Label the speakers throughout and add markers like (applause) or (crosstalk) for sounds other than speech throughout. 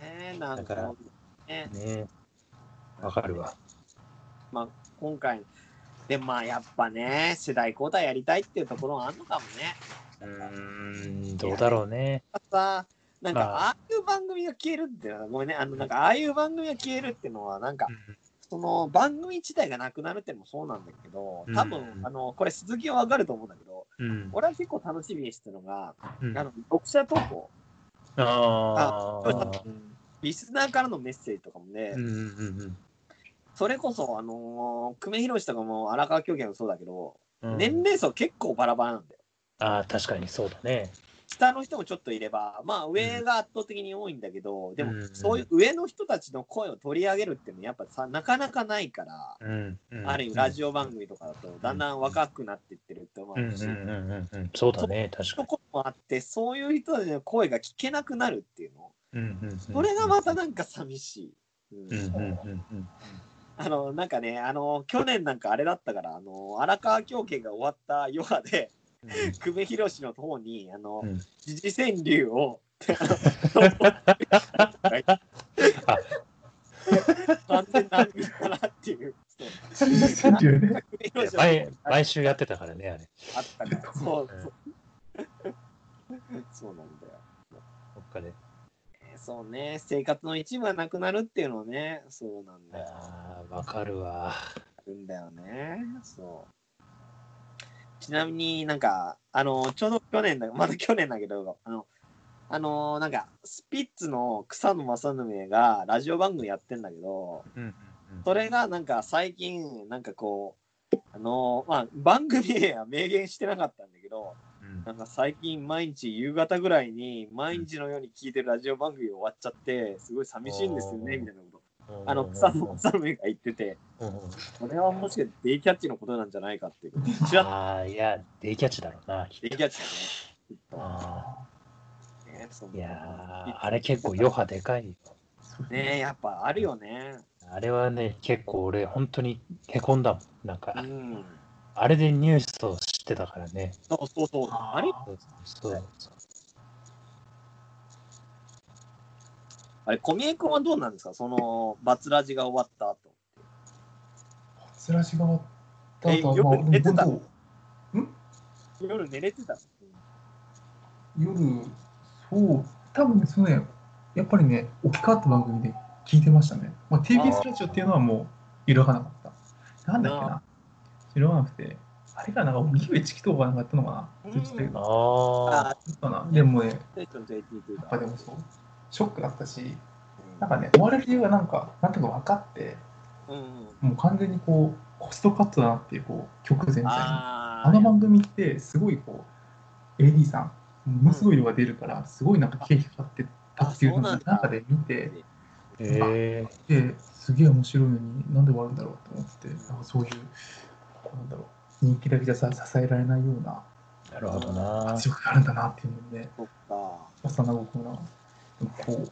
Speaker 1: ね、なん
Speaker 2: だから
Speaker 1: ね、
Speaker 2: ねわかるわ。
Speaker 1: まあ、今回、でもまあやっぱね、世代交代やりたいっていうところがあるのかもね。
Speaker 2: うーん、どうだろうね。
Speaker 1: さなん
Speaker 2: ま
Speaker 1: か
Speaker 2: あ
Speaker 1: ああいう番組が消えるっていうのはごめんねあのなんかああいう番組が消えるっていうのはなんかその番組自体がなくなるっていうのもそうなんだけど多分、
Speaker 2: うん
Speaker 1: あのこれ鈴木はわかると思うんだけど
Speaker 2: うん。
Speaker 1: 俺は結構楽しみにしてるのが、
Speaker 2: うん、
Speaker 1: あ
Speaker 2: あ
Speaker 1: の読者投稿
Speaker 2: あー。
Speaker 1: リスナーからのメッセージとかもね、
Speaker 2: うんうんうん
Speaker 1: それこそあのー久米宏とかも荒川狂言もそうだけど、
Speaker 2: うん。
Speaker 1: 年齢層結構バラバラなんだよ
Speaker 2: ああ、確かにそうだね。
Speaker 1: 下の人もちょっといればまあ上が圧倒的に多いんだけど、でも
Speaker 2: うん
Speaker 1: そういう上の人たちの声を取り上げるっていうのはやっぱさなかなかないから、
Speaker 2: うん。うん
Speaker 1: ある意味ラジオ番組とかだとだんだん若くなってってるって思
Speaker 2: うんうん
Speaker 1: う
Speaker 2: うん
Speaker 1: し、
Speaker 2: うんうん。そうだね、確か
Speaker 1: と
Speaker 2: に。
Speaker 1: こもあってそういう人たちの声が聞けなくなるっていうの
Speaker 2: うんうんうん
Speaker 1: それがまたなんか寂しい。うん
Speaker 2: うんうんうんうん。
Speaker 1: あのなんかねあの去年なんかあれだったからあの荒川狂犬が終わった余波で久米宏の方にあの、
Speaker 2: うん
Speaker 1: 時事川柳を完全難民だなっていう。そう
Speaker 3: 川柳ね。
Speaker 1: 久米宏の方に
Speaker 2: 毎毎週やってたからね、あれ。
Speaker 1: あったから。そうそう。そうなんだよ。
Speaker 2: どっかで。
Speaker 1: そうね、生活の一部がなくなるっていうのはね、そうなんだよ。
Speaker 2: ああ、わかるわ。
Speaker 1: あるんだよね。そう。ちなみになんか、あの、ちょうど去年だ、まだ去年だけど、あの、あのなんか、スピッツの草野正宗がラジオ番組やってんだけど、
Speaker 2: うん
Speaker 1: それがなんか最近、なんかこう、あのまあ、番組では明言してなかったんだけど、
Speaker 2: うん
Speaker 1: なんか最近毎日夕方ぐらいに毎日のように聞いてるラジオ番組終わっちゃってすごい寂しいんですよね
Speaker 2: うん
Speaker 1: みたいなこと
Speaker 2: うん。
Speaker 1: あの草野さんが言ってて
Speaker 2: うんうん
Speaker 1: これはもしかしてデイキャッチのことなんじゃないかっていうことちらっと
Speaker 2: ああ、いや、デイキャッチだろうな。きっ
Speaker 1: デイキャッチだ
Speaker 2: と
Speaker 1: ね
Speaker 2: あ
Speaker 1: きっとねそん
Speaker 2: ー
Speaker 1: ない
Speaker 2: やー、あれ結構余波でかいよ。
Speaker 1: ねやっぱあるよね
Speaker 2: あれはね、結構俺、本当にへこんだもん。なん
Speaker 1: う
Speaker 2: か、
Speaker 1: ん
Speaker 2: あれでニュースを知ってたからね。
Speaker 1: そうそうそうあれ
Speaker 2: そうそうそう
Speaker 1: あれ小宮君はどうなんですかそのバツラジが終わった後
Speaker 3: つらしが終わった
Speaker 1: えよ
Speaker 3: 後
Speaker 1: く
Speaker 3: は、まあ
Speaker 1: 寝てた
Speaker 3: 本
Speaker 1: 夜寝れてた
Speaker 3: 当夜、そう、多分ですね、やっぱりね、置き換わった番組で聞いてましたね。まあ、
Speaker 2: あ
Speaker 3: TBS
Speaker 2: ー
Speaker 3: ラジオっていうのはもう揺るがなかった。なんだっけ
Speaker 1: な
Speaker 3: な。揺るがなくて、あれかな、荻上チキとかなかったのかな。ちょっと言う
Speaker 1: うん
Speaker 3: の
Speaker 2: あ
Speaker 1: あ
Speaker 2: あ、
Speaker 3: かな。でもね、やっ
Speaker 1: ステーション JT2 だ
Speaker 3: ぱでもそう、ショックだったし、
Speaker 1: うん
Speaker 3: なんかね、終わる理由がなんか、なんとか分かって、
Speaker 1: うん
Speaker 3: もう完全にこう、コストカットだなっていう、こう、曲全体の。
Speaker 1: あ
Speaker 3: あの
Speaker 1: ー
Speaker 3: 番組ってすごいこう AD さんものすごい量が出るからすごいなんか経費かかってたっていうの
Speaker 1: あそうな
Speaker 3: を
Speaker 1: んだ
Speaker 3: 中で見て
Speaker 2: へえ。
Speaker 3: ですげえ面白いのになんで終わるんだろうと思ってなんかそういうなんだろう人気だけじゃさ支えられないような
Speaker 2: なるほどな。
Speaker 3: 圧力があるんだなっていうので
Speaker 1: そっか
Speaker 3: 幼子君はでもこうそうで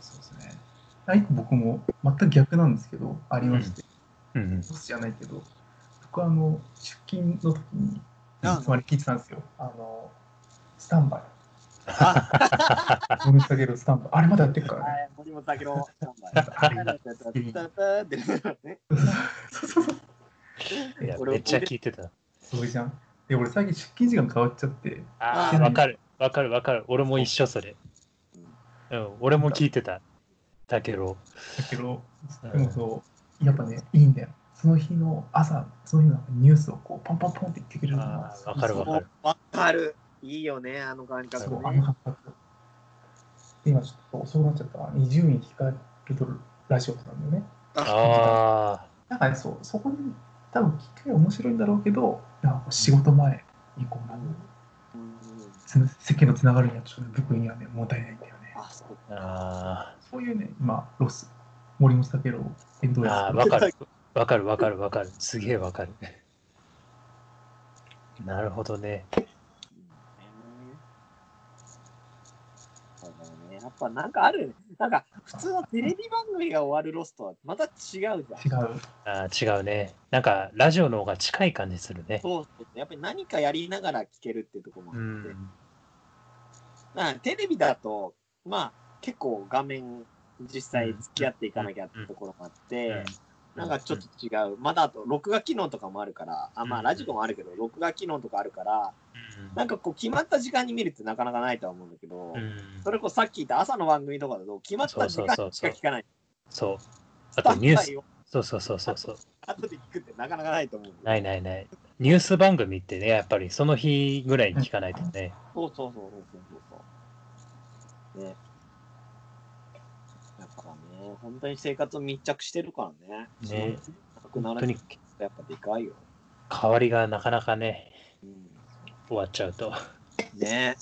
Speaker 3: すね一個僕も全く逆なんですけどありまして。
Speaker 2: うんうん
Speaker 3: ボスじゃないけど、僕はあの出勤の時に、い
Speaker 1: あ
Speaker 3: つまり聞いてたんですよ。あの、スタンバイ。
Speaker 1: あ
Speaker 3: 森下げるスタンバイ。あれまだやってるから
Speaker 1: は
Speaker 3: ね。
Speaker 1: い、
Speaker 3: (laughs)
Speaker 1: 森本武郎、スタンバイ。
Speaker 2: いや、
Speaker 1: 俺
Speaker 2: めっちゃ聞いてた。
Speaker 3: すごいじゃん。で、俺最近出勤時間変わっちゃって、
Speaker 2: ああ、わかる。わかるわかる。俺も一緒それ。うん、俺も聞いてた。だけど。
Speaker 3: だけど、
Speaker 2: うん
Speaker 3: でもそう、やっぱね、いいんだよ。その日の朝、その日のニュースをこうポンポンポンって言ってくれるの
Speaker 2: あーわかるわかる。
Speaker 1: わかる。いいよね、あの感覚
Speaker 3: そう、あの
Speaker 1: ね。
Speaker 3: 感覚。で今ちょっと遅くなっちゃったから、20に控えるとラジオとかなんだよね。
Speaker 2: あ
Speaker 3: なんかね、そう、そこに多分機会面白いんだろうけど、なんか仕事前にこう、なんかつな席のつながるにはちょっと僕にはね、もったいないんだよね。
Speaker 1: あ、そう
Speaker 2: あ、あ
Speaker 3: そういうね、今、ロス、森本武郎、遠藤
Speaker 2: あ、ああ、
Speaker 3: 康
Speaker 2: わかる。わかるわかるわかる。すげえわかる。なるほどね。
Speaker 1: ね。やっぱなんかあるね。なんか普通のテレビ番組が終わるロスとはまた違うじゃん。
Speaker 3: 違う。
Speaker 2: ああ、違うね。なんか、ラジオの方が近い感じするね。
Speaker 1: そうそう。やっぱり何かやりながら聞けるっていうところもあ
Speaker 2: う
Speaker 1: って。
Speaker 2: ん。
Speaker 1: まあ、テレビだと、まあ、結構画面実際付き合っていかなきゃってところもあって、なんかちょっと違う。まだあと、録画機能とかもあるから、あ、まあラジコもあるけど、録画機能とかあるから、なんかこう決まった時間に見るってなかなかないとは思うんだけど、
Speaker 2: うん
Speaker 1: それこそさっき言った朝の番組とかだと、決まった時間しか聞かない。
Speaker 2: そう。あとニュース。
Speaker 1: を
Speaker 2: そうそうそうそうそう。
Speaker 1: 後で聞くってなかなかないと思うんだ
Speaker 2: な
Speaker 1: よ。
Speaker 2: いないない。ニュース番組ってね、やっぱりその日ぐらいに聞かないとね。
Speaker 1: そうそうそうそうそうそう。ね。だからね、本当に生活を密着してるからね。
Speaker 2: ね
Speaker 1: なくな
Speaker 2: 本
Speaker 1: ら
Speaker 2: 当
Speaker 1: ない
Speaker 2: に
Speaker 1: やっぱでかいよ。
Speaker 2: 変わりがなかなかね、
Speaker 1: うん
Speaker 2: 終わっちゃうと。
Speaker 1: ね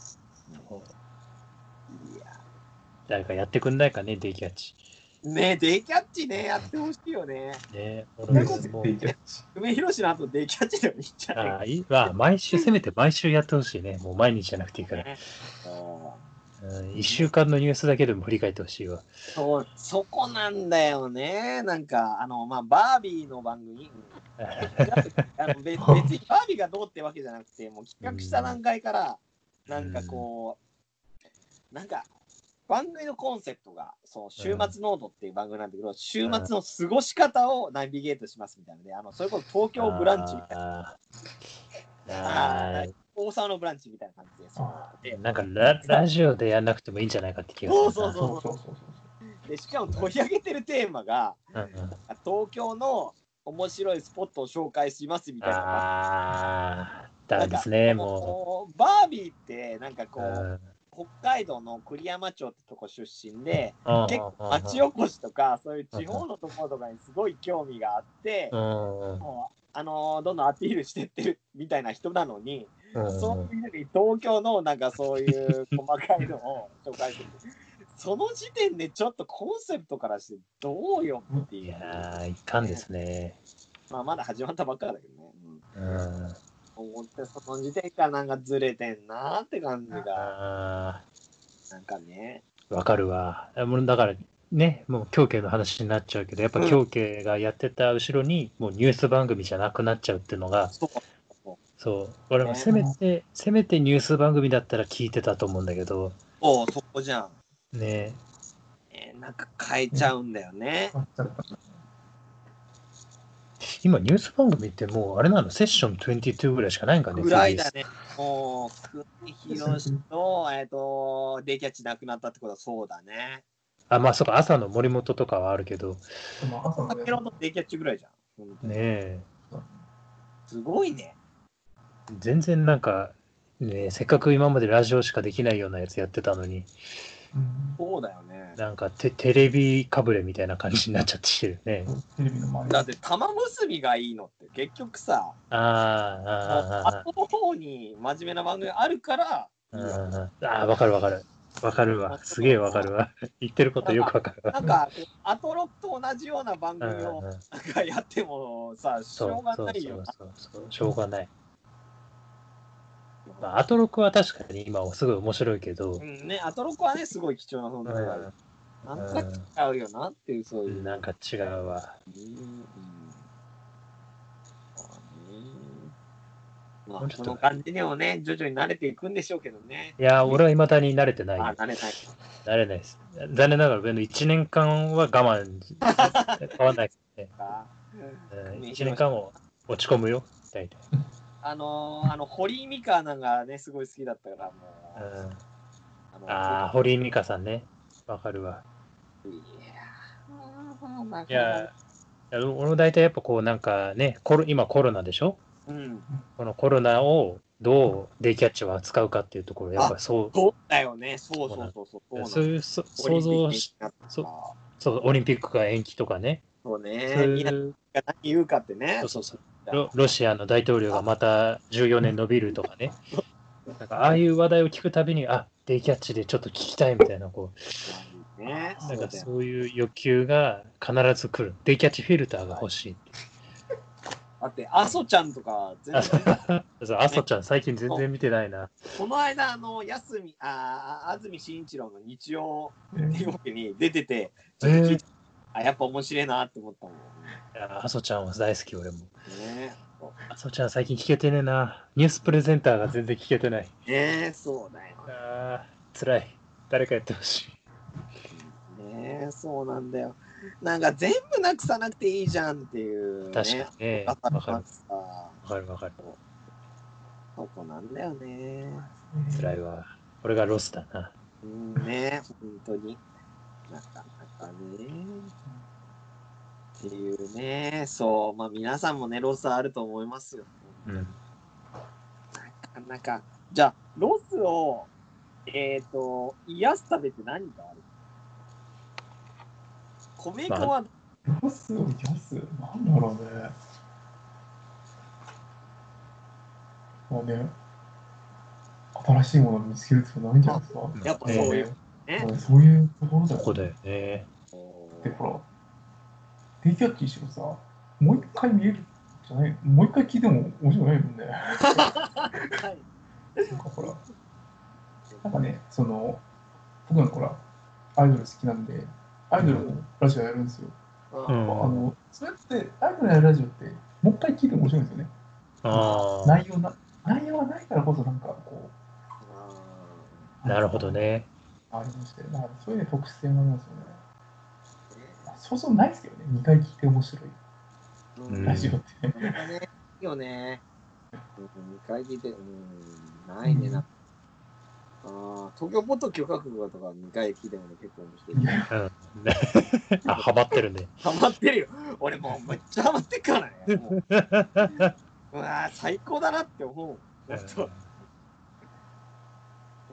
Speaker 1: いや
Speaker 2: 誰かやってくんないかね、デイキャッチ。
Speaker 1: ねデイキャッチね、やってほしいよね。
Speaker 2: ね
Speaker 1: な
Speaker 2: 俺
Speaker 1: んか
Speaker 2: もう
Speaker 3: いいけど
Speaker 1: 梅広しの後デイキャッチでもいいんじゃない
Speaker 2: ああいいまあ、毎週、せめて毎週やってほしいね。もう毎日じゃなくていいから。
Speaker 1: ねそう
Speaker 2: うん、1週間のニュースだけでも振り返ってほしいわ。
Speaker 1: そう、そこなんだよね。なんか、あの、まあ、バービーの番 (laughs) 組。あのべ別にバービーがどうってわけじゃなくて、もう企画した段階から、なんかこう、なんか、番組のコンセプトが、そう、週末ノートっていう番組なんだけど、週末の過ごし方をナビゲートしますみたいなね。あの、それこそ東京ブランチみたいな、
Speaker 2: あー
Speaker 1: あ
Speaker 2: あー
Speaker 1: 大沢のブランチみたいな感じで、そうで
Speaker 2: なんかララジオでやんなくてもいいんじゃないかって気がするな。
Speaker 1: そう
Speaker 3: そうそうそう
Speaker 1: で、しかも取り上げてるテーマが、
Speaker 2: うんうん
Speaker 1: 東京の面白いスポットを紹介しますみたいな。
Speaker 2: ああ、
Speaker 1: な
Speaker 2: だ
Speaker 1: ん
Speaker 2: で
Speaker 1: か
Speaker 2: すね、
Speaker 1: あの
Speaker 2: も
Speaker 1: バービーって、なんか
Speaker 2: う。
Speaker 1: こう、北海道の栗山町ってとこ出身で、結構町
Speaker 2: を。
Speaker 1: おこしとか、そういう地方のところとかにすごい興味があって
Speaker 2: う、んうん
Speaker 1: もう、あのーどんどんアピールしてってるみたいな人なのに、
Speaker 2: うん
Speaker 1: そういうふうに東京のなんかそういう細かいのを紹介する。その時点でちょっとコンセプトからしてどうよってい
Speaker 2: い
Speaker 1: う。
Speaker 2: やー、いかんですね。
Speaker 1: まあまだ始まったばっかだけどね。うん
Speaker 2: うん。
Speaker 1: 思ってその時点からなんかずれてんなーって感じが
Speaker 2: あ
Speaker 1: なんかね
Speaker 2: ーわかるわ。もうだから、ね、もう京慶の話になっちゃうけど、やっぱ京慶がやってた後ろに、もうニュース番組じゃなくなっちゃうっていうのが、
Speaker 1: そう
Speaker 2: そう、俺もせめて、せめてニュース番組だったら聞いてたと思うんだけど、
Speaker 1: そうそこじゃん、
Speaker 2: ね、
Speaker 1: えーなんか変えちゃうんだよね、
Speaker 3: そう。終わっちゃっ
Speaker 2: 今ニュース番組ってもうあれなの、セッション22ぐらいしかないんかね、
Speaker 1: ぐらいだねもう国広しとえっ、とデイキャッチなくなったってことはそうだね
Speaker 2: あ、まあそうか、朝の森本とかはあるけど、
Speaker 3: た。でも朝の
Speaker 1: タケロとデイキャッチぐらいじゃん本当に
Speaker 2: ねえ、
Speaker 1: すごいね
Speaker 2: 全然なんか、ね、せっかく今までラジオしかできないようなやつやってたのに、
Speaker 3: うん
Speaker 1: そうだよね
Speaker 2: なんかテテレビかぶれみたいな感じになっちゃってきてるね。
Speaker 3: テレビの前に
Speaker 1: だって玉結びがいいのって結局さ
Speaker 2: あ
Speaker 1: もう
Speaker 2: あ
Speaker 1: 後の方に真面目な番組あるから
Speaker 2: あー、あーあー、ああ、わかるわかる。わかるわ。すげえわかるわ。言ってることよくわかるわ。
Speaker 1: なんかこうアトロックと同じような番
Speaker 2: うん
Speaker 1: 組
Speaker 2: うん
Speaker 1: を
Speaker 2: うん
Speaker 1: なんかやってもさ、し
Speaker 2: そう
Speaker 1: ょうがないよ
Speaker 2: そう
Speaker 1: な。
Speaker 2: そうそうしょうがない。まあ、アトロクは確かに今すごい面白いけど
Speaker 1: う、んね、アトロックはね、すごい貴重な存在だよ。なんか違うよなっていう、そう
Speaker 2: う
Speaker 1: い
Speaker 2: ん、
Speaker 1: う。
Speaker 2: なんか違うわ。
Speaker 1: うんうんま
Speaker 2: も
Speaker 1: あ、
Speaker 2: うちょ
Speaker 1: こ
Speaker 2: っと
Speaker 1: の感じにもね、徐々に慣れていくんでしょうけどね。
Speaker 2: いやー、俺は未だに慣れてないよ
Speaker 1: あ、。慣れない。
Speaker 2: 慣れないです。残念ながら、上の1年間は我慢、 (laughs) 変わんないですね。
Speaker 1: か
Speaker 2: うん、1年間も落ち込むよ、大体。
Speaker 1: あのー、あの堀井美香アナがね、すごい好きだったから、も
Speaker 2: うん、
Speaker 1: う。
Speaker 2: ああ、
Speaker 1: の
Speaker 2: 堀井美香さんね。わかるわ。
Speaker 1: いやー
Speaker 2: いやー、いや俺も大体やっぱこう、なんかね、コロ今コロナでしょ
Speaker 1: うん、
Speaker 2: このコロナをどうデイキャッチを扱うかっていうところ、やっぱそう。
Speaker 1: そうだよね、そうそうそうそうそうなんだ。
Speaker 2: そういうそ想像し
Speaker 1: そう
Speaker 2: そう、オリンピックが延期とかね、
Speaker 1: そう
Speaker 2: そう
Speaker 1: ね、みんなが
Speaker 2: いう
Speaker 1: 何言うかってね
Speaker 2: そう、そうそう
Speaker 1: だ
Speaker 2: ロロシアの大統領がまた14年伸びるとかね、なんかああいう話題を聞くたびに、あデイキャッチでちょっと聞きたいみたいな、こ
Speaker 1: ね、
Speaker 2: うなん
Speaker 1: そう
Speaker 2: か
Speaker 1: だよ
Speaker 2: そういう欲求が必ず来る、デイキャッチフィルターが欲しい。
Speaker 1: だって、阿蘇ちゃんとか、全
Speaker 2: あ
Speaker 1: 然
Speaker 2: そうあそちゃん、最近全然見てないな。
Speaker 1: この間、あの、安み、あー安住紳一郎の日曜
Speaker 3: え
Speaker 1: っていうわけに出てて、
Speaker 2: えー
Speaker 1: あ、やっぱ面白いなって思ったもん。
Speaker 2: あそちゃんは大好き、俺も。
Speaker 1: ね
Speaker 2: あそちゃん、最近聞けてねえな。ニュースプレゼンターが全然聞けてない。
Speaker 1: ねそうだよ。
Speaker 2: あー辛い。誰かやってほしい。
Speaker 1: ね。そうなんだよ。なんか全部なくさなくていいじゃんっていう、ね。
Speaker 2: 確かにね。
Speaker 1: だ
Speaker 2: わ
Speaker 1: か
Speaker 2: から
Speaker 1: なん
Speaker 2: るわ
Speaker 1: かさ、
Speaker 2: かるわかる。
Speaker 1: そこなんだよね。
Speaker 2: 辛いわ。これがロスだな。
Speaker 1: うんね、本当に。なかなかね。っていうね、そう、まあ皆さんもね、ロスあると思いますよ。
Speaker 2: うん。
Speaker 1: なかなか。じゃあ、ロスを、えっ、と、癒すためって何がある米粉は、
Speaker 3: ロスを癒すなんだろうね。もうね、新しいものを見つけるしかないんじゃないですか。
Speaker 1: やっぱ
Speaker 2: ね
Speaker 1: そういうね
Speaker 3: もうそういうところだ
Speaker 2: こ
Speaker 3: よ
Speaker 2: こだよね。
Speaker 3: でほら、デイキャッチにしろさ、もう一回見えるじゃないもう一回聞いても面白くないもんね。
Speaker 1: はい
Speaker 3: なんかほら、なんかね、その、僕なんかほら、アイドル好きなんで、アイドルのラジオやるんですよ。
Speaker 2: う
Speaker 1: うん
Speaker 2: ん。
Speaker 3: あの、それって、アイドルやるラジオって、もう一回聞いても面白いんですよね。
Speaker 2: ああ。
Speaker 3: 内容な、内容がないからこそ、なんかこう、
Speaker 2: なるほど。ね。
Speaker 3: ありまして、なんかそういうね特性もありますよね。まあそうそうないですけどね、2回聞いて面白い
Speaker 1: うん
Speaker 3: ラジオって。
Speaker 1: これがね、いいよね。うん、2回聞いて、うん、ないねな。ああ、東京ポッド許可局とか2回聞いて (laughs) もね、結構面白い
Speaker 3: い。や
Speaker 2: う
Speaker 3: (laughs)
Speaker 2: ん。ねあ、ハマってるね。
Speaker 1: ハマってるよ。俺もうめっちゃハマってっからね。もううわー最高だなって思う。本当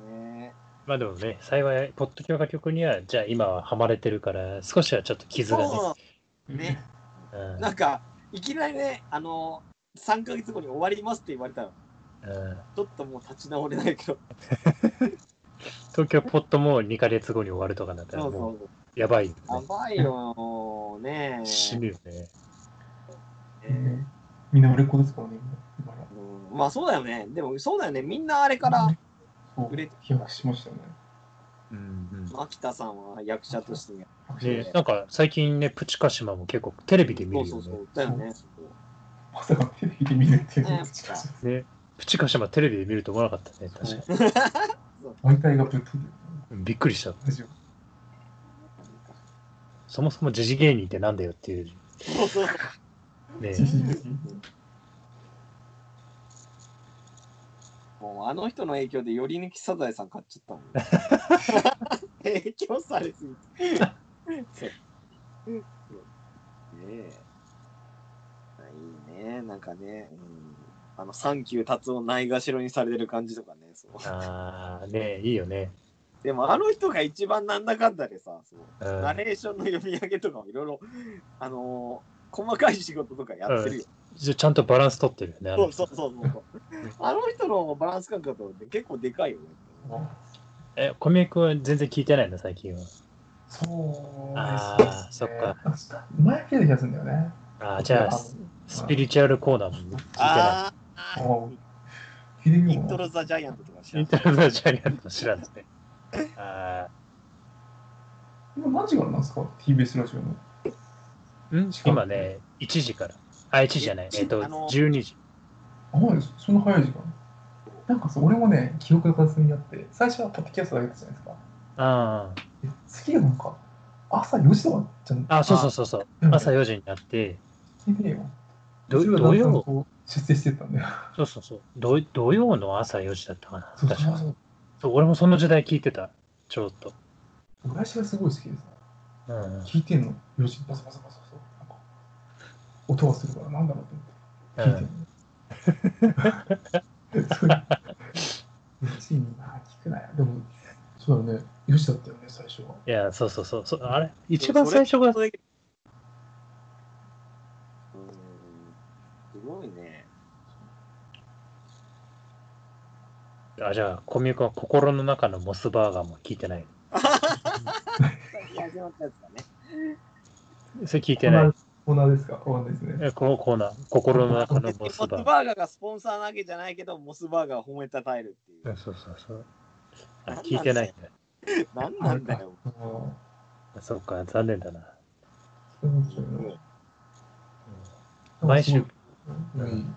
Speaker 1: ね
Speaker 2: まあでもね、幸い、ポッド許可局には、じゃあ今はハマれてるから、少しはちょっと傷がね。
Speaker 1: そね。
Speaker 2: うん
Speaker 1: うなんか、いきなりね、あの、3ヶ月後に終わりますって言われたら、
Speaker 2: うん
Speaker 1: ちょっともう立ち直れないけど、
Speaker 2: 東京ポッドも2ヶ月後に終わるとかなったら、
Speaker 1: そうそ
Speaker 2: も
Speaker 1: うそう。
Speaker 2: うやばいよ
Speaker 1: や
Speaker 2: ね。
Speaker 1: ばいよね。
Speaker 2: 死ぬよね。
Speaker 1: ね
Speaker 3: ねみんな売れっ子ですからね、今今
Speaker 1: うんまあそうだよね。でもそうだよね。みんなあれから、
Speaker 3: そう
Speaker 1: 売れ
Speaker 3: 飛躍しましたよね。
Speaker 2: うんうん。
Speaker 1: 牧田さんは役者としてね。
Speaker 2: で、なんか最近ね、プチカシマも結構テレビで見
Speaker 1: そ
Speaker 2: る
Speaker 1: うそ
Speaker 2: よ
Speaker 1: うそう。
Speaker 2: ね。
Speaker 1: だよね。
Speaker 3: まさかテレビで見るっていう
Speaker 1: ね
Speaker 3: ね。
Speaker 2: ねプチカシマテレビで見ると思わなかったね、確か
Speaker 3: 媒体がぶっ飛んでる。
Speaker 2: に。びっくりした。
Speaker 3: ラジオ
Speaker 2: そもそも時事芸人ってなんだよっていう。
Speaker 1: そうそうそう。
Speaker 2: ね
Speaker 3: (laughs) 知識的
Speaker 1: もうあの人の影響でより抜きサザエさん買っちゃったもん。影響されすぎて。そううんねえ。いいね。なんかね。うんあの、サンキュー達をないがしろにされてる感じとかね。そう
Speaker 2: ああ、ねいいよね。
Speaker 1: でもあの人が一番なんだかんだでさ、そう
Speaker 2: うん
Speaker 1: ナレーションの読み上げとかもいろいろ、あのー細かい仕事とかやってるよ。
Speaker 2: じゃあちゃんとバランス取ってるよね。あ
Speaker 1: そ
Speaker 2: の
Speaker 1: うそうそうそう。あの人のバランス感覚って結構でかいよね。
Speaker 2: え、小宮君は全然聞いてないの、最近は。
Speaker 3: そう
Speaker 2: あ
Speaker 3: で
Speaker 2: ー
Speaker 3: すね
Speaker 2: そっ
Speaker 3: 前聞いた気がするんだよね。
Speaker 2: ああ、じゃあ、ススピリチュアルコーナーも聞いてな
Speaker 1: あ
Speaker 3: あ
Speaker 1: あ、
Speaker 3: の聞いてみ
Speaker 1: イ
Speaker 3: よ
Speaker 1: ン
Speaker 3: う
Speaker 1: ト
Speaker 3: かな
Speaker 1: ロザジャイアントとか知
Speaker 2: い。イ
Speaker 1: ら
Speaker 2: ン
Speaker 1: ん
Speaker 2: ターナシャルの知らんね。あ
Speaker 3: 今何時からなんですか ?TBS ラジオの。
Speaker 2: あ、ん今ね、1時から。あ、1時じゃない。えっと、
Speaker 1: あの
Speaker 2: 12時。
Speaker 3: あまりそんな早い時間なんかさ、俺もね、記憶が片隅にあって、最初はポッドキャストだけだったじゃないですか。
Speaker 2: あ
Speaker 3: で次がなんか、朝4時とかじゃん。
Speaker 2: あ、あそうそうそうそう。
Speaker 3: うん
Speaker 2: 朝4時になって、
Speaker 3: 聞いてよ。
Speaker 2: ど
Speaker 3: それが
Speaker 2: 土
Speaker 3: だんだん
Speaker 2: 曜、
Speaker 3: こう出世してったんだ
Speaker 2: (laughs)
Speaker 3: よ。
Speaker 2: そうそうそう土、土曜の朝4時だったかな。
Speaker 3: そう
Speaker 2: 確
Speaker 3: そう
Speaker 2: か
Speaker 3: そう。
Speaker 2: そう、俺もその時代聞いてた。ちょっと。
Speaker 3: 親父がすごい好きでさ、
Speaker 2: うん。
Speaker 3: 聞いてんの、4時、バサバサバサバサ。なんか音がするから、なんだろうと思って。聞いてんの。そういうついに、まあ、聞くなよ。でも、そうだよね。4時だったよね、最初は。
Speaker 2: いや、そうそうそう。そあれ一番最初が
Speaker 1: それうんすごいね。
Speaker 2: あ、じゃあ、小宮君は心の中のモスバーガーも聞いてない。
Speaker 1: 始まったやつだね。
Speaker 2: それ聞いてない。
Speaker 3: コーナーですかわかんないですね。
Speaker 2: えこのコーナー、心の中の (laughs) モ
Speaker 1: モ
Speaker 2: ス
Speaker 1: ス
Speaker 2: バ
Speaker 1: バ
Speaker 2: ーガー
Speaker 1: ー。ガーがスポンサーなわけじゃないけど、モスバーガーを褒めたたえるっていうう。
Speaker 2: んそうそうそう。あ
Speaker 1: なんなん
Speaker 2: 聞いてないんだ。 (laughs)
Speaker 1: 何なんだよ。
Speaker 3: あー
Speaker 2: そっか、残念だな。
Speaker 3: そうなんです
Speaker 1: す
Speaker 3: よ
Speaker 1: ごい
Speaker 3: ね
Speaker 2: うん毎週。
Speaker 3: うん
Speaker 1: ね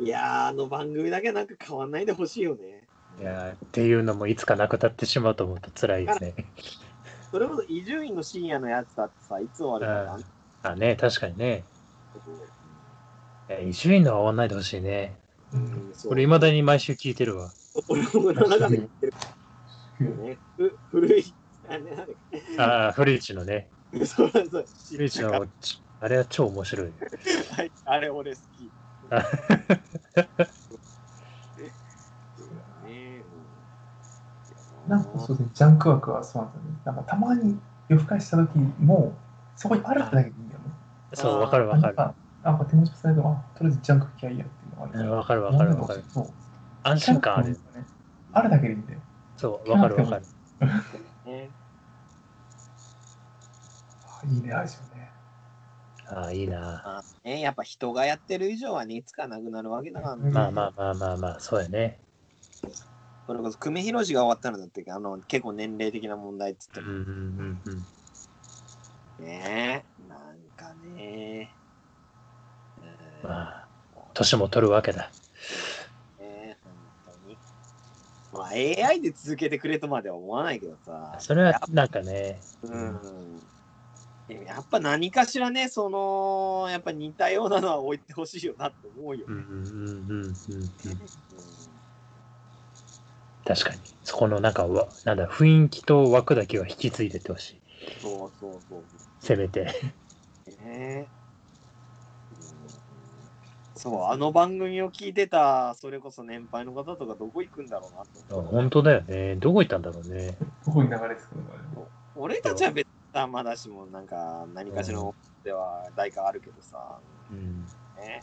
Speaker 1: いやー、あの番組だけなんか変わんないでほしいよね。
Speaker 2: いやーっていうのもいつかなくなってしまうと思うと辛いですね。
Speaker 1: それこそ伊集院の深夜のやつだってさ、いつ終わるかな
Speaker 2: ああね、確かにね。いや伊集院のは終わんないでほしいね。
Speaker 3: うん。
Speaker 1: そう
Speaker 2: これ未だに毎週聞いてるわ。
Speaker 1: 俺も長めに言ってる
Speaker 3: すげ
Speaker 1: よ
Speaker 3: え
Speaker 1: ね。ふ古い、あれ、なんだ
Speaker 2: ああ、古市のね。
Speaker 1: っけそうそう。
Speaker 2: 古市の、ちあれは超面白い。
Speaker 1: はいあれ俺好き。
Speaker 2: あ
Speaker 1: そうだねうん
Speaker 3: なんかそうですね、ジャンク枠はそうなんですよね。なんかたまに夜更かしした時も、そこにあるってだけでいいんだよね。
Speaker 2: そ
Speaker 1: あ
Speaker 2: う、
Speaker 1: ー
Speaker 2: わかるわかる。
Speaker 3: あ、なんか手持ちされても、あ、とりあえずジャンクキャイやっていうのがある
Speaker 2: うんわかるわかるわかる。
Speaker 3: そう。
Speaker 2: 安心感ある。。
Speaker 3: あるだけでいいんだよ。
Speaker 2: そう、わかるわかる。
Speaker 1: ね
Speaker 3: あいいね、あれですよね。
Speaker 2: ああ、いいな。
Speaker 1: まあねやっぱ人がやってる以上はね、いつかなくなるわけだからね、
Speaker 2: まあまあまあまあまあ、そうやね。
Speaker 1: それこそ久米宏が終わったのだってあの結構年齢的な問題っつっ
Speaker 2: う
Speaker 1: て
Speaker 2: ん
Speaker 1: も
Speaker 2: うんうんうん。
Speaker 1: ね、なんかね、うん
Speaker 2: まあ、年も取るわけだ。
Speaker 1: ね本当にまあ AI で続けてくれとまでは思わないけどさ
Speaker 2: それはなんかね、
Speaker 1: うんでもやっぱ何かしらねそのやっぱ似たようなのは置いてほしいよなって思うよ、
Speaker 2: うんうんうんうんうんうん。
Speaker 1: う
Speaker 2: 確かに。そこのなんか、わなんだ、雰囲気と枠だけは引き継いでってほしい。
Speaker 1: んそうそうそう
Speaker 2: せめて。
Speaker 1: ねうんそうあの番組を聞いてたそれこそ年配の方とかどこ行くんだろうな
Speaker 2: あ
Speaker 1: と思う
Speaker 2: (laughs) 本当だよね。どこ行ったんだろうね。
Speaker 3: どこに流れてくるのかね。
Speaker 1: 俺たちは別にさまだしもなんか何かしらのでは代価あるけどさ、
Speaker 2: うん。
Speaker 1: ね、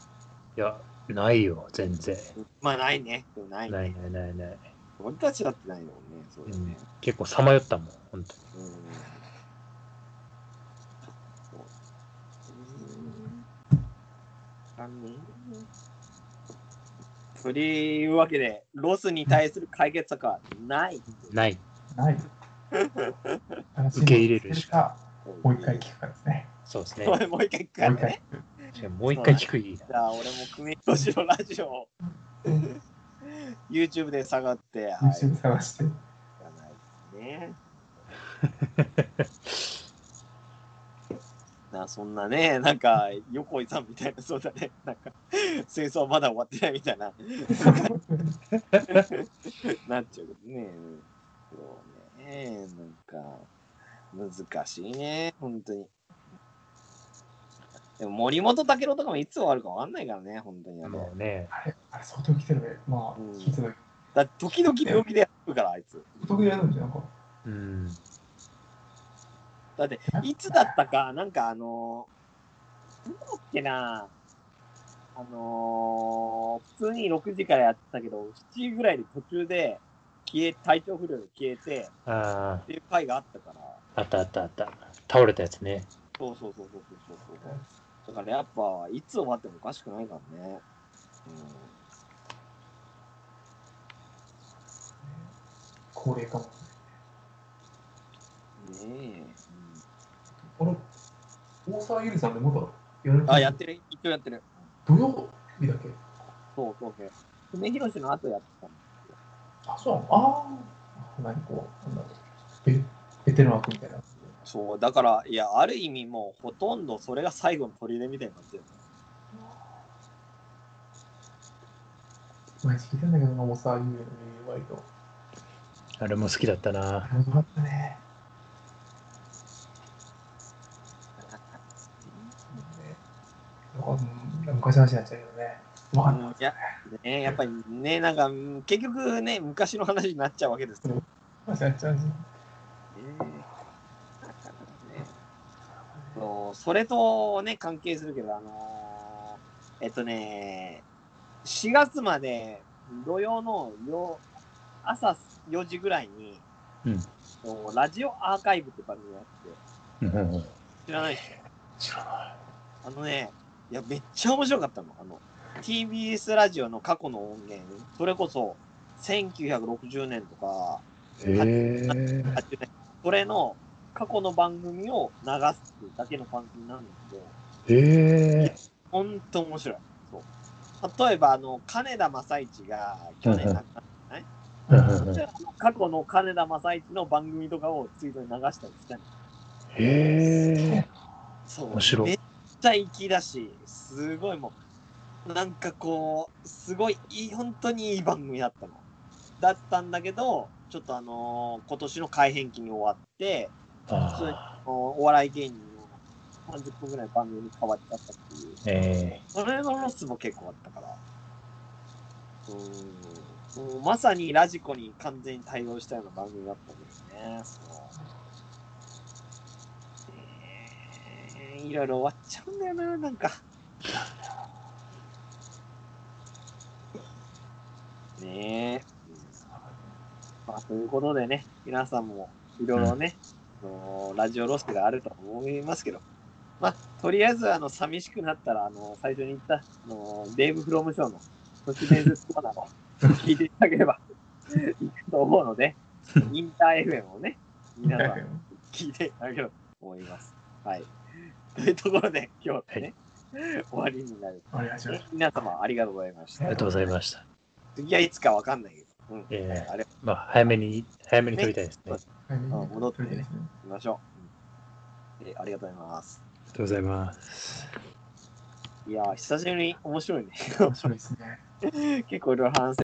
Speaker 2: いや、ないよ、全然。
Speaker 1: まあないねでもないね
Speaker 2: ないないないない。
Speaker 1: 俺たちだってないよねそうだよね、
Speaker 2: 結構さまよったもん、本当
Speaker 1: うんそううんねというわけで、ロスに対する解決策はない。
Speaker 2: ない。
Speaker 3: ない。
Speaker 2: 受け入れるし
Speaker 3: しか。もう一回聞くからですね。
Speaker 2: そう (laughs) ですね。
Speaker 1: く。もう一回聞くから
Speaker 3: もう一回
Speaker 1: ね。
Speaker 3: 聞く。
Speaker 2: もう一回聞くいいな。
Speaker 1: じゃあ、俺も久米宏のラジオを YouTube で下がって、はい。
Speaker 3: YouTube 探して。
Speaker 1: じゃないですね。なそんなね、なんか横井さんみたいな、そうだね、なんか戦争はまだ終わってないみたいな、
Speaker 2: (laughs)
Speaker 1: なっちゃうけどね。そうね、なんか難しいね、本当に。でも森本武郎とかもいつ終わるかわかんないからね、本当にあれ。
Speaker 2: もうね、
Speaker 3: あれ、あれ相当来てるね。まあ、
Speaker 1: うん
Speaker 3: 聞いてたけど。
Speaker 1: だって時々病気でやるから、あいつ。
Speaker 3: お得意やるんじゃん、なんか。
Speaker 2: うん。
Speaker 1: だって、いつだったか、なんかあのー、なんだっけな、あのー、普通に6時からやってたけど、7時ぐらいで途中で消え、体調不良で消えて
Speaker 2: あ
Speaker 1: っていう回があったから、
Speaker 2: あ、あったあったあった。倒れたやつね。
Speaker 1: そうそうそうそうそうそうそう。だからやっぱ、いつ終わってもおかしくないからね。うん
Speaker 3: 高齢化も。
Speaker 1: ね
Speaker 3: あれ、大沢ゆりさんでまだやる
Speaker 1: え。あ、やってる、一応やってる。
Speaker 3: 土曜日だけ。
Speaker 1: そうそうそう。梅広の後やってたの。
Speaker 3: あ、そうなのああ。何こう、なんだろう。ベベテラン枠みたいな。
Speaker 1: そう、だから、いや、ある意味もうほとんどそれが最後の砦みたいになってる。
Speaker 3: 前聞いたんだけどな、大沢ゆりのワイド。
Speaker 2: あれも好きだった
Speaker 3: あ
Speaker 2: な。
Speaker 3: れもよかったね。うん昔の話になっちゃうけどね。わかんない。
Speaker 1: いや、ね、やっぱりね、なんかうん結局ね、昔の話になっちゃうわけですけどね。
Speaker 3: 話になっちゃうし。
Speaker 1: そうそれとね、関係するけど、あのーえっとね、4月まで土曜のよ朝4時ぐらいに、
Speaker 2: うん
Speaker 1: そうラジオアーカイブって番組があって、
Speaker 2: うん。
Speaker 1: 知らないでしょ
Speaker 3: 知らない。
Speaker 1: あのね、いや、めっちゃ面白かったの。あの、TBS ラジオの過去の音源、それこそ、1960年とか、
Speaker 2: へえ。
Speaker 1: 80年、それの過去の番組を流すっていうだけの番組なんですけど、
Speaker 2: へえ。
Speaker 1: ほんと面白い。例えば、あの、金田正一が去年亡くなった
Speaker 2: うんう
Speaker 1: そ
Speaker 2: ん
Speaker 1: した
Speaker 2: うん
Speaker 1: らあの過去の金田正一の番組とかをツイートに流したりしたり。
Speaker 2: へえ。
Speaker 1: そう。
Speaker 2: 面白い
Speaker 1: めっちゃ粋だし、すごいもう、なんかこう、すごいいい、本当にいい番組だったの。だったんだけど、ちょっとあのー今年の改編期に終わって、
Speaker 2: ああ。
Speaker 1: あのお笑い芸人の30分ぐらい番組に変わっちゃったっていう。
Speaker 2: ええ。
Speaker 1: それのロスも結構あったから。うん。もうまさにラジコに完全に対応したような番組だったんですね。そう。えーいろいろ終わっちゃうんだよな、なんか。ねえ。まあ、ということでね、皆さんもいろいろね、あのラジオロスがあると思いますけど、まあ、とりあえず、あの、寂しくなったら、あの、最初に言った、あの、デーブ・フロムショーの都市伝説コーナーを聞いていただければいいと思うので、インター FM をね、皆さん聞いていただければと思います。はい。というところで、今日はね、終わりになる。
Speaker 3: お願いします。
Speaker 1: 皆様、ありがとうございました
Speaker 2: ありが。とうございました。
Speaker 1: 次はいつかわかんないけど、うん。
Speaker 2: ええ
Speaker 1: あれ、
Speaker 2: まあ、早めに、早めに撮りたいですね。あ
Speaker 1: ね
Speaker 2: り
Speaker 3: はい
Speaker 1: 戻ってね
Speaker 3: そうです
Speaker 1: 行きましょう。うんえーありがとうございます。
Speaker 2: がとうございます。
Speaker 1: いやー、久しぶりに面白いね。 (laughs)
Speaker 3: 面白いですね。
Speaker 1: 結構いろいろ話せ